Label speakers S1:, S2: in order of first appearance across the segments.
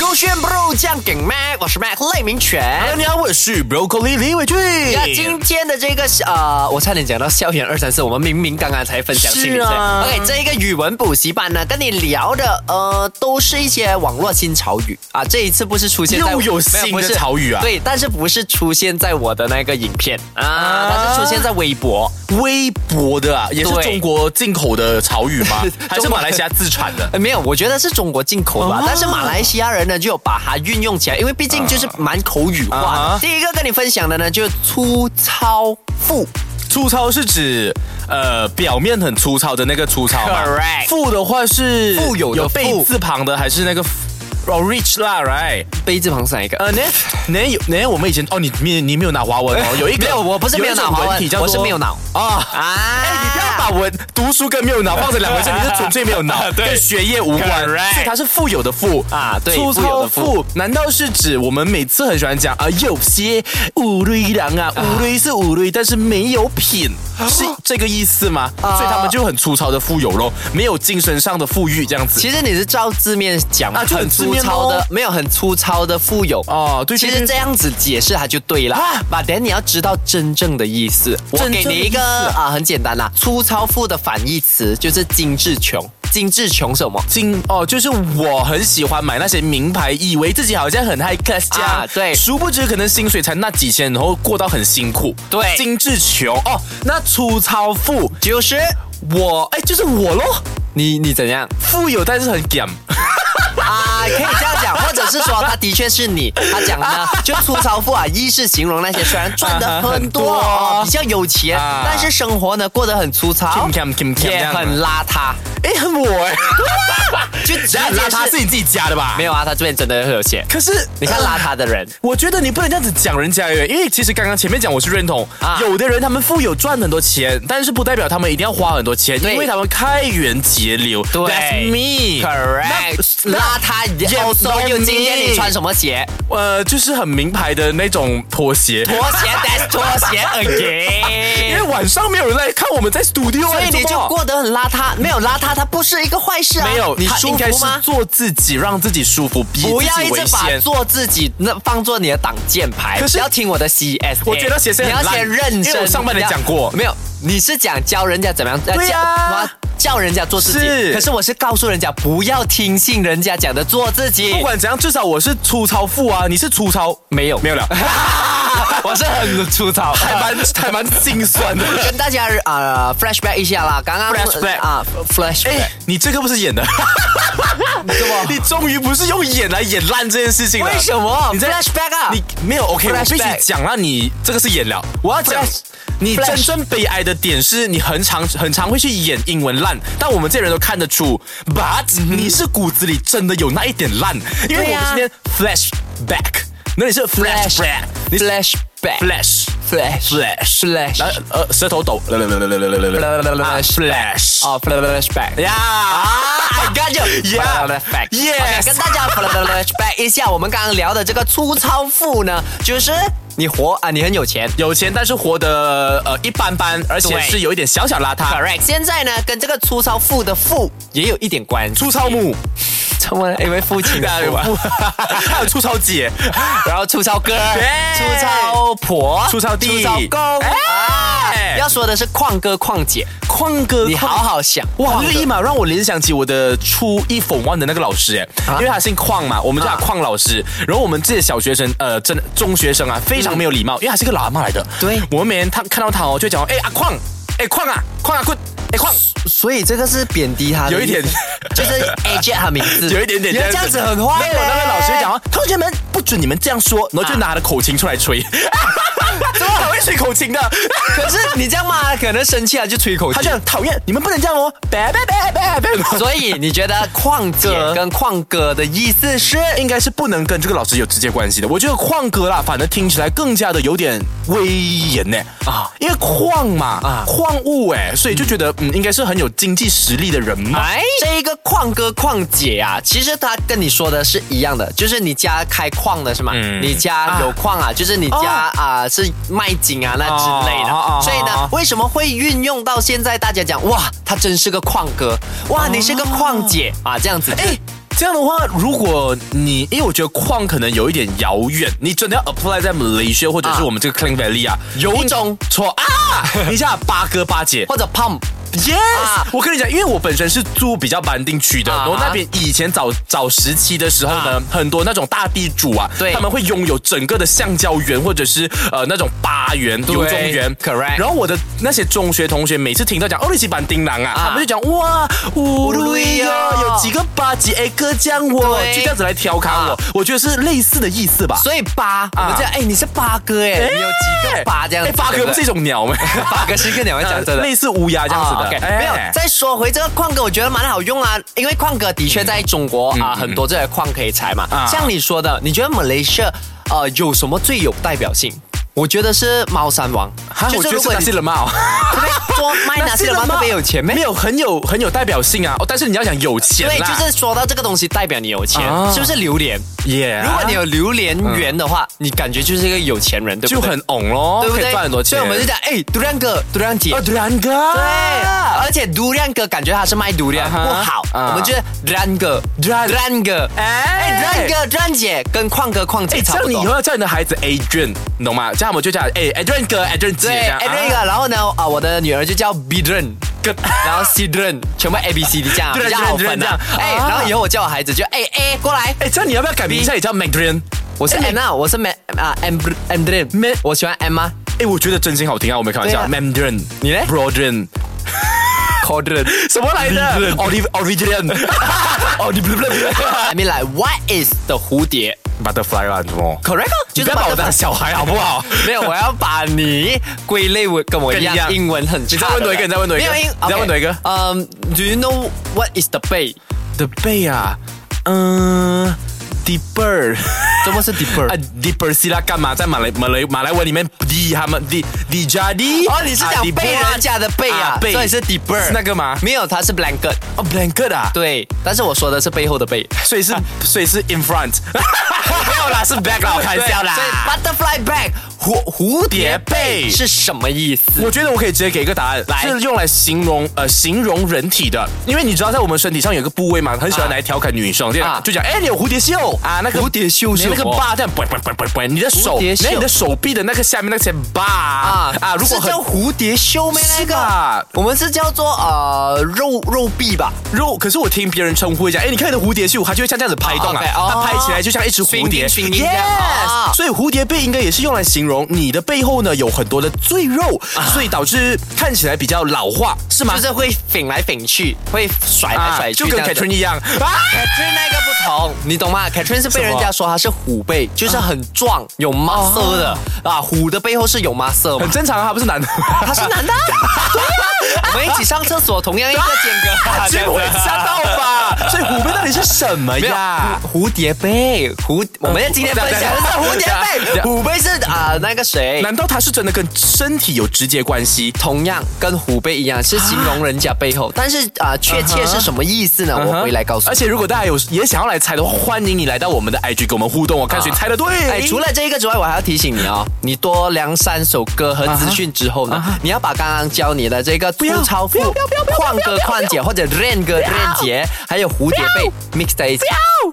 S1: 勾选 bro 酱梗 Mac，我是 Mac 赖明全。
S2: 大家好，我是 Broccoli 李伟俊。
S1: 那今天的这个呃，我差点讲到校园二三四，我们明明刚刚才分享
S2: 是
S1: 心理学。
S2: 啊
S1: OK，这一个语文补习班呢，跟你聊的呃，都是一些网络新潮语啊。这一次不是出现在
S2: 又有新的
S1: 没不是
S2: 潮语啊
S1: 对，但是不是出现在我的那个影片啊，它是出现在微博。
S2: 微博的啊，也是
S1: 对？
S2: 中国进口的潮语吗 还是马来西亚自产的？
S1: 呃，没有，我觉得是中国进口的吧，
S2: 哦
S1: 但是马来西亚人呢就有把它运用起来，因为毕竟就是蛮口语化的。
S2: 啊哈
S1: 第一个跟你分享的呢，就是粗糙富，
S3: 粗糙是指呃表面很粗糙的那个粗糙吗
S1: Correct
S3: 富的话是
S1: 富有的
S3: 有
S1: 富
S3: 贝字旁的还是那个 f- 哦 rich 啦，right？
S1: 杯字旁是哪一个？
S3: 呃，那那有那我们以前哦，你没你没有拿华文哦，有一个
S1: 没有，我不是没有
S3: 一种
S1: 脑华
S3: 文体
S1: 文
S3: 叫，做
S1: 我是没有脑
S3: 啊。
S1: 啊。
S3: 哎，你不要把文读书跟没有脑放在两回事，你是纯粹没有 脑，
S2: 对
S3: 跟学业无关，
S2: Correct
S3: 所以它是富有的富
S1: 啊对
S3: 粗
S1: 富有
S3: 糙
S1: 的
S3: 的
S1: 富
S3: 富，难道是指我们每次很喜欢讲啊，有些五类郎啊，五类是五类，但是没有品，是这个意思吗？
S1: 啊
S3: 所以他们就很粗糙的富有咯，没有精神上的富裕这样子。
S1: 其实你是照字面讲嘛，
S3: 啊就很字
S1: 粗
S3: 面
S1: 糙的
S3: 咯，
S1: 没有很粗糙的富有。
S3: 哦，对，
S1: 其
S3: 对
S1: 实
S3: 对
S1: 这样子解释它就对了
S3: 啊。
S1: 马丹，你要知道真正的意思。我
S3: 真正的
S1: 给你一个
S3: 意思
S1: 啊，很简单啦，粗糙富的反义词就是精致穷。精致穷什么？
S3: 金哦，就是我很喜欢买那些名牌，以为自己好像很 high class 这样，
S1: 啊对
S3: 殊不知可能薪水才那几千，然后过到很辛苦，
S1: 对
S3: 精致穷哦，那粗糙富，
S1: 就是
S3: 我哎就是我咯，
S1: 你你怎样
S3: 富有但是很 gam，
S1: 啊？可以这样讲，或者是说他的确是你，他讲 呢就粗糙富啊，一是形容那些虽然赚的很多
S3: 啊很
S1: 哦
S3: 多，
S1: 比较有钱
S3: 啊，
S1: 但是生活呢过得很粗糙
S3: Kim Kim Kim，Kim 这
S1: 也
S3: 样啊
S1: 很邋遢，
S3: 哎很我哎，
S1: 就直接
S3: 然后邋遢
S1: 是
S3: 是你自己加的吧？
S1: 没
S3: 有，
S1: 有啊，他这边真的有写。
S3: 可是
S1: 你看
S3: 呃
S1: 邋遢的人，
S3: 我觉得你不能这样子讲人家耶，因为其实刚刚前面讲我是认同，
S1: 啊
S3: 有的人他们富有赚很多钱，但是不代表他们一定要花很多钱，
S1: 对
S3: 因为他们开源节流。
S1: 对
S3: That's me。
S1: Correct，
S3: 那
S1: 邋遢也
S3: Yes,
S1: 哦所
S3: not
S1: 有今天
S3: me
S1: 你穿什么 鞋？
S3: 呃，就是很名牌的那种拖鞋，
S1: 拖鞋，that's 拖鞋
S3: 因为
S1: again。
S3: 晚上没有人来看我们在 studio，
S1: 所以你就过得很邋遢，没有邋遢，它不是一个坏事啊。
S3: 没有，
S1: 你
S3: 他
S1: 舒
S3: 应该
S1: 服
S3: 是
S1: 吗？
S3: 做自己，让自己舒服，比
S1: 不要
S3: 自
S1: 一
S3: 己
S1: 直
S3: 为
S1: 把
S3: 先。
S1: 做自己那放做你的挡箭牌，
S3: 可是
S1: 要听我的 CS。
S3: 我觉得写生
S1: 你要
S3: 很烂
S1: 先认
S3: 因
S1: 真。
S3: 为我上半年讲过
S1: 没有，你是讲教人家怎么样？呃
S3: 对呀
S1: 教教人家做自己。
S3: 是
S1: 可是我是告诉人家不要听信人家讲的做自己。
S3: 不管怎样，至少我是粗糙富啊，你是粗糙
S1: 没有
S3: 没有了，
S1: 我是很 粗糙。
S3: 还蛮还蛮心酸 的。
S1: 跟大家啊、呃 flashback 一下啦，刚刚
S3: Flashback
S1: 啊 flashback，、
S3: 哎，你这个不是演 的， 你终于不是用演来演烂这件事情了。
S1: 为什么
S3: 你在
S1: flashback 啊？
S3: 你没有 OK，我
S1: Flashback
S3: 必须讲了，你这个是演了。我要讲
S1: Flash，
S3: 你
S1: Flash
S3: 真正悲哀的点是你很常很常会去演英文烂，但我们这些人都看得出。But 你是骨子里真的有那一点烂，因为
S1: 嗯对
S3: 我
S1: 啊
S3: 们今天 flashback，那你是 flashback，你是
S1: flashback
S3: flash。
S1: flash
S3: flash
S1: flash
S3: 然后呃，舌头抖啊 flash
S1: 哦 flashback。
S3: 呀，
S1: I got you.
S3: Yeah.
S1: Flashback.
S3: Yes.
S1: OK，跟大家 flashback 一下，我们刚刚聊的这个粗糙富呢，就是你活啊，你很有钱。
S3: 有钱但是活得呃一般般，而且
S1: 对
S3: 是有一点小小邋遢，
S1: Correct。现在呢，跟这个粗糙富的富也有一点关系。
S3: 粗糙木，
S1: 怎么了？ 因为父亲的
S3: 啊大家有吧
S1: 富，
S3: 还有粗糙姐。
S1: 然后粗糙哥、
S3: 对
S1: 粗糙婆、
S3: 粗糙弟
S1: 粗糙公。
S3: 哎
S1: 啊要说的是矿哥矿姐，
S3: 矿哥，
S1: 你好好想
S3: 哇，
S1: 矿
S3: 这
S1: 哥
S3: 个一码让我联想起我的初一 f o one 的那个老师哎
S1: 啊，
S3: 因为他姓邝嘛，我们叫他
S1: 啊
S3: 邝老师。然后我们这些小学生，呃，真的中学生啊，非常没有礼貌，因为他是个老阿妈来的。
S1: 对
S3: 我们每天他看到他哦，就会讲哎阿邝，哎邝啊，邝啊滚，哎邝，
S1: 所以这个是贬低他的意思，
S3: 有一点
S1: 就是 AJ 他名 字，
S3: 有一点点
S1: 你要这样子很坏
S3: 没
S1: 嘞。
S3: 有，那个老师讲啊，同学们不准你们这样说，然后就拿他的口琴出来吹。他会吹口琴的，
S1: 可是你这样骂，可能生气了就吹口
S3: 他就
S1: 琴。
S3: 很讨厌，你们不能这样哦，别别别别 happen？
S1: 所以你觉得矿姐
S3: 哥
S1: 跟矿哥的意思是？
S3: 应该是不能跟这个老师有直接关系的。我觉得旷哥啦，反而听起来更加的有点威严呢
S1: 啊
S3: 啊，因为旷嘛
S1: 啊
S3: 啊，旷物哎，所以就觉得嗯，应该是很有经济实力的人嘛。
S1: 哎，这一个矿哥矿姐啊，其实他跟你说的是一样的，就是你家开矿的是吗？
S3: 嗯
S1: 你家有矿啊，就是你家啊
S3: 啊、
S1: 是卖井啊那之类的。
S3: 哦哦哦
S1: 所以呢
S3: 哦，
S1: 为什么会运用到现在？大家讲哇，他真是个矿哥，哇，你是个矿姐啊，这样子。哎
S3: 哎，这样的话，如果你因为我觉得矿可能有一点遥远，你真的要 apply 在 Malaysia 或者是我们这个 Clean Valley 啊，
S1: 有种
S3: 错啊！你像八哥八姐，
S1: 或者 pump
S3: Yes，、
S1: 啊
S3: 我跟你讲，因为我本身是住比较板定区的，然
S1: 啊
S3: 后那边以前早早时期的时候呢，很多那种大地主啊，
S1: 对
S3: 他们会拥有整个的橡胶园或者是呃那种八园、
S1: 对
S3: 油棕园
S1: correct
S3: 然后我的那些中学同学每次听到讲哦，你是板丁郎啊，
S1: 啊
S3: 他们就讲哇，乌瑞呀、
S1: 乌瑞哦
S3: 有几个八几 A 哥这样我，
S1: 对
S3: 就这样子来调侃我，
S1: 啊
S3: 我觉得是类似的意思吧。
S1: 所以八，我们这样，哎、你是八哥哎、你有几个八这样子？
S3: 啊哎八哥不是一种 鸟吗？
S1: 八哥是一个鸟，讲真的。
S3: 类似乌鸦这样子的，
S1: 啊 OK，没有
S3: 啊哎，
S1: 再说回这个矿哥，我觉得蛮好用啊，因为矿哥的确在中国啊，很多这些矿可以采嘛。
S3: 嗯啊
S1: 像你说的，你觉得马来西亚呃有什么最有代表性？我觉得是猫山王
S3: 哈，我觉得是那些人嘛。
S1: 特别做卖
S3: 那
S1: 那些人嘛特别有钱咩
S3: 没？有很有很有代表性啊。哦，但是你要讲有钱
S1: 对，
S3: 啦，
S1: 就是说到这个东西代表你有钱，
S3: 啊
S1: 是不是榴莲？
S3: 耶
S1: 如果你有榴莲园的话，你感觉就是一个有钱人，对
S3: 嗯
S1: 不对？
S3: 就很红咯，
S1: 对不
S3: 可
S1: 对？
S3: 以赚很多钱。
S1: 所以我们就讲，哎，独亮哥，独亮姐
S3: 啊，，然哥，
S1: 对，而且独亮哥感觉他是卖独亮
S3: 啊哈
S1: 不好，
S3: 啊
S1: 我们觉得亮哥，
S3: Duran
S1: 亮哥，哎，
S3: 哎
S1: 亮哥亮姐跟矿哥矿姐
S3: 哎，
S1: 差
S3: 这样
S1: 不
S3: 你以
S1: 多
S3: 后。要叫你的孩子 Adrian，你懂吗？这样我们就叫哎 Adrian 哥，Adrian 姐
S1: 对，
S3: 这样。
S1: 哎，那
S3: 啊
S1: 个，然后呢，啊，我的女儿就叫 Bidren，
S3: 哥
S1: 然后 Sidren，全部 A B C D 这样
S3: 对
S1: 比较好分
S3: 这
S1: 的
S3: 样。
S1: 哎，
S3: 啊
S1: 然后以后我叫我孩子就哎哎过来，
S3: 哎，这样你要不要改名一下，也叫 Madrian？
S1: 我是
S3: 哎
S1: Anna，我是 M 啊 M M Dren，我喜欢 M 啊
S3: 哎，我觉得真心好听啊，我没开玩笑。
S1: 对
S3: Madrian，你
S1: 嘞
S3: b r o d r i n
S1: c o d r e n
S3: 什么来的
S1: Adrian
S3: ？Olive Origian，哦， 你不不
S1: I mean like what is 的蝴蝶
S3: Butterfly 啦，什么？
S1: ？Correct 啊
S3: 你不要把我当小孩好不好？
S1: 没有，我要把你归类为跟我一
S3: 跟
S1: 样，
S3: 你一样
S1: 英文很差
S3: 你再
S1: 的人。
S3: 问多一个你再问多一个
S1: 没有英，
S3: 你再问多一个
S1: OK，嗯、d o you know what is the bay？
S3: The Bay 啊，嗯，Deeper
S1: 什么是 deeper？
S3: 啊，Deeper 希拉干嘛？在马来马来马来文里面，D 他们啊 D D 加 D
S1: 哦，你是讲被人家的被啊，
S3: 贝
S1: 所以是 deeper
S3: 是那个吗？
S1: 没有，它是 blanket。
S3: 哦，blanket 啊，
S1: 对，但是我说的是背后的背，
S3: 所 以是所以是 in front，没有啦，是 back 啦，我啊开玩笑
S1: 所以
S3: 啦。
S1: butterfly bag 蝴蝴蝶
S3: 蝶
S1: 被
S3: 被
S1: 是什么意思？
S3: 我觉得我可以直接给一个答案，
S1: 来
S3: 是用来形容呃形容人体的，因为你知道在我们身体上有一个部位嘛，很喜欢
S1: 啊
S3: 拿来调侃女生，这
S1: 啊
S3: 样就讲哎你有蝴蝶袖啊，那个
S1: 蝴蝶袖是
S3: 你那个
S1: 什么
S3: 疤这样，不不不不不，你的手，
S1: 蝴蝶
S3: 你
S1: 袖
S3: 看你的手臂的那个下面那些疤
S1: 啊
S3: 啊啊，如果
S1: 是
S3: 很
S1: 叫蝴蝶袖没那
S3: 是
S1: 个，
S3: 吧？
S1: 我们是叫做呃肉肉臂吧？
S3: 肉，可是我听别人称呼一下，哎，你看你的蝴蝶袖，它就会像这样子拍动啊，
S1: 哦，OK，哦
S3: 它拍起来就像一只蝴蝶
S1: swinging，swinging 这样哦
S3: Yes，所以蝴蝶背应该也是用来形容你的背后呢有很多的赘肉，所以导致看起来比较老化，哎是吗？
S1: 就是会揈来揈去，会甩来甩去
S3: 啊就
S1: 这
S3: 跟
S1: 样子，
S3: Catherine 一样啊。
S1: Catherine 那个不同，你懂吗？Catherine 是被人家说她是虎背，就是很壮，有 muscle 的
S3: 哦
S1: 啊。虎的背后是有 muscle 嘛
S3: 很？正常啊，他不是男的，
S1: 他是男的，对啊， 我们一起上厕所，同样一个间 隔，
S3: 结果会吓到吧？ 所以虎背到底是什么
S1: 没有
S3: 呀？
S1: 蝴蝶背，蝴，我们今天分享的是蝴蝶背，虎背是啊那个谁，
S3: 难道它是真的跟身体有直接关系？
S1: 同样跟虎背一样是形容人家背后，但是啊确切是什么意思呢？
S3: 啊
S1: 我回来告诉
S3: 而
S1: 你。
S3: 且如果大家有也想要来猜的话，欢迎你来到我们的 IG 跟我们互动哦，看谁猜的对。
S1: 哎，除了这一个之外，我还要提醒你哦，你多量三首歌和资讯之后呢，你要把刚刚教你的这个粗
S3: 要
S1: 糙腹
S3: 啊不要不要不要不、要
S1: 矿哥、矿姐或者 rain 哥、rain 姐，还有蝴蝶被 mix 在一起。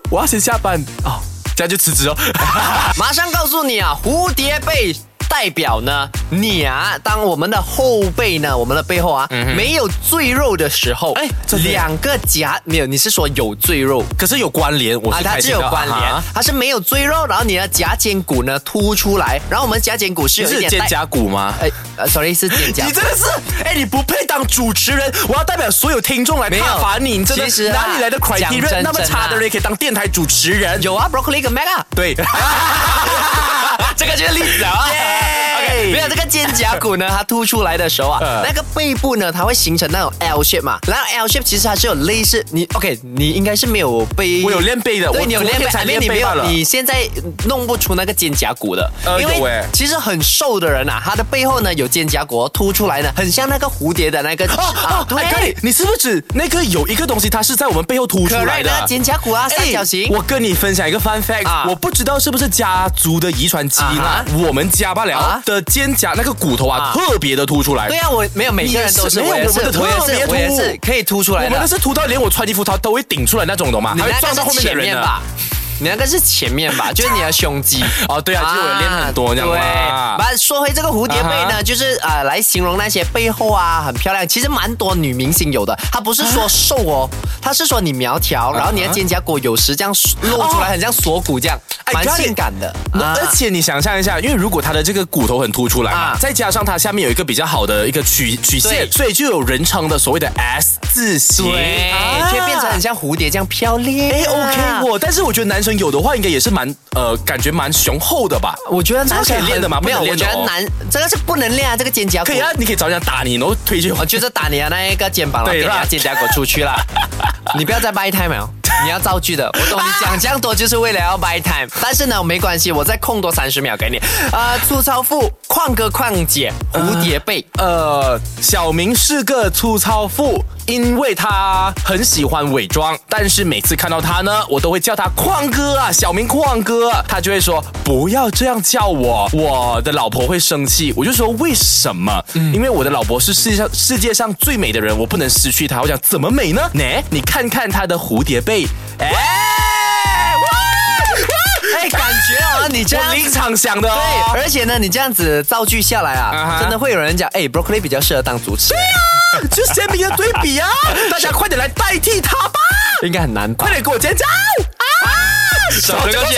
S3: 我要先下班哦，这样就辞职哦。
S1: 马上告诉你啊，蝴蝶被。代表呢，你啊，当我们的后背呢，我们的背后啊，没有赘肉的时候，哎
S3: 嗯哎真，的
S1: 两个夹没有，你是说有赘肉，
S3: 可是有关联，我
S1: 啊，
S3: 是
S1: 它
S3: 开
S1: 是
S3: 心
S1: 有
S3: 的
S1: 关联，
S3: 啊
S1: 它是没有赘肉，然后你的夹肩骨呢凸出来，然后我们夹肩骨是
S3: 你
S1: 有一
S3: 是
S1: 点
S3: 肩
S1: 带，
S3: 胛骨吗？
S1: 哎、呃、，sorry 是肩胛
S3: 你。真的是，哎，你不配当主持人！我要代表所有听众来
S1: 没有
S3: 挞伐你，你真
S1: 其实
S3: 的
S1: 啊
S3: 哪里来的
S1: 讲真
S3: criteria
S1: 真啊
S3: 那么差的人也可以当电台主持人？
S1: 啊有啊，broccoli 跟 mega，
S3: 对，
S1: 这个就是例子啊。
S3: 耶
S1: OK，
S3: 对
S1: 没有这个肩胛骨呢，它凸出来的时候啊
S3: 嗯，
S1: 那个背部呢，它会形成那种 L shape 嘛。然后 L shape 其实它是有类似你 OK，你应该是没有背，
S3: 我有练背的我
S1: 对，你有
S3: 昨
S1: 练
S3: 天
S1: 背，
S3: 才
S1: 还没
S3: 练
S1: 你
S3: 背
S1: 没
S3: 罢
S1: 有，
S3: 了
S1: 你现在弄不出那个肩胛骨的，
S3: 呃
S1: 因
S3: 有
S1: 为
S3: 欸
S1: 其实很瘦的人啊，他的背后呢有肩胛骨凸出来呢，很像那个蝴蝶的那 个
S3: 啊
S1: 对
S3: ，I got it，你是不是指那个有一个东西，它是在我们背后凸出来
S1: correct
S3: 的
S1: 啊？肩胛骨啊，
S3: 哎
S1: 三角形。
S3: 我跟你分享一个 fun fact，、
S1: 啊
S3: 我不知道是不是家族的遗传基因啊
S1: 啊，哈
S3: 我们家罢了、
S1: 啊
S3: 的肩胛那个骨头啊，
S1: 啊
S3: 特别的凸出来。
S1: 对啊，我没有每个人都是，
S3: 哎你也是
S1: 我也是，
S3: 没有我们的
S1: 我
S3: 特别
S1: 也是，
S3: 凸
S1: 我也是可以凸出来
S3: 我
S1: 的。
S3: 们那是凸到连我穿衣服它都会顶出来那种，懂吗？
S1: 你
S3: 还会
S1: 那
S3: 撞到
S1: 个
S3: 后
S1: 是
S3: 面的
S1: 前
S3: 人啊
S1: 面
S3: 呢。
S1: 吧？你那个是前 面吧？就是你的胸肌
S3: 哦对啊就是我练很多这
S1: 啊
S3: 样啊嘛
S1: 对，把说回这个蝴蝶背
S3: 啊
S1: 呢，就是呃，来形容那些背后啊很漂亮，其实蛮多女明星有的。她不是说瘦 哦，她是说你苗
S3: 啊
S1: 条，然后你的肩胛骨有时这样露出来，很像锁骨这样，
S3: I
S1: 蛮
S3: got it
S1: 性感的。
S3: 那
S1: 啊
S3: 而且你想象一下，因为如果它的这个骨头很凸出来嘛，
S1: 啊
S3: 再加上它下面有一个比较好的一个曲曲线
S1: 对，
S3: 所以就有人称的所谓的 S 字形，啊
S1: 对，就变成很啊像蝴蝶这样漂亮。
S3: 哎 OK 我，但是我觉得男生有的话应该也是蛮呃，感觉蛮雄厚的吧。
S1: 我觉得男
S3: 这
S1: 生
S3: 个可以练的吗
S1: 很没有，
S3: 不能
S1: 我
S3: 练的
S1: 觉
S3: 哦
S1: 得男这个是不能练啊，这个肩胛骨
S3: 可以啊，你可以找人家打你，然后推去。
S1: 我就是打你的啊那一个肩膀了，
S3: 对
S1: 给你
S3: 啦
S1: 的肩胛骨出去啦。 你不要再 buy time 了，你要造句的。我懂你讲这样多就是为了要 buy time，但是呢没关系，我再空多三十秒给你。呃，粗糙腹，邝哥邝姐，蝴蝶背。
S3: 呃，小明是个粗糙妇，因为他很喜欢伪装，但是每次看到他呢，我都会叫他矿哥啊，小明矿哥，他就会说不要这样叫我，我的老婆会生气。我就说为什么？因为我的老婆是世界上世界上最美的人，我不能失去她。我想怎么美呢？呢，你看看她的蝴蝶背，哎，哇哇
S1: 哎，感觉啊，你这样
S3: 我
S1: 子
S3: 临场想的、哦，
S1: 对，而且呢，你这样子造句下来
S3: 啊哈啊
S1: 啊，真的会有人讲，哎，broccoli 比较适合当主持人，
S3: 就鲜明的对比啊！大家快点来代替他吧，
S1: 应该很难吧
S3: 快？点给我尖叫！啊！手
S1: 手这个
S3: 尖。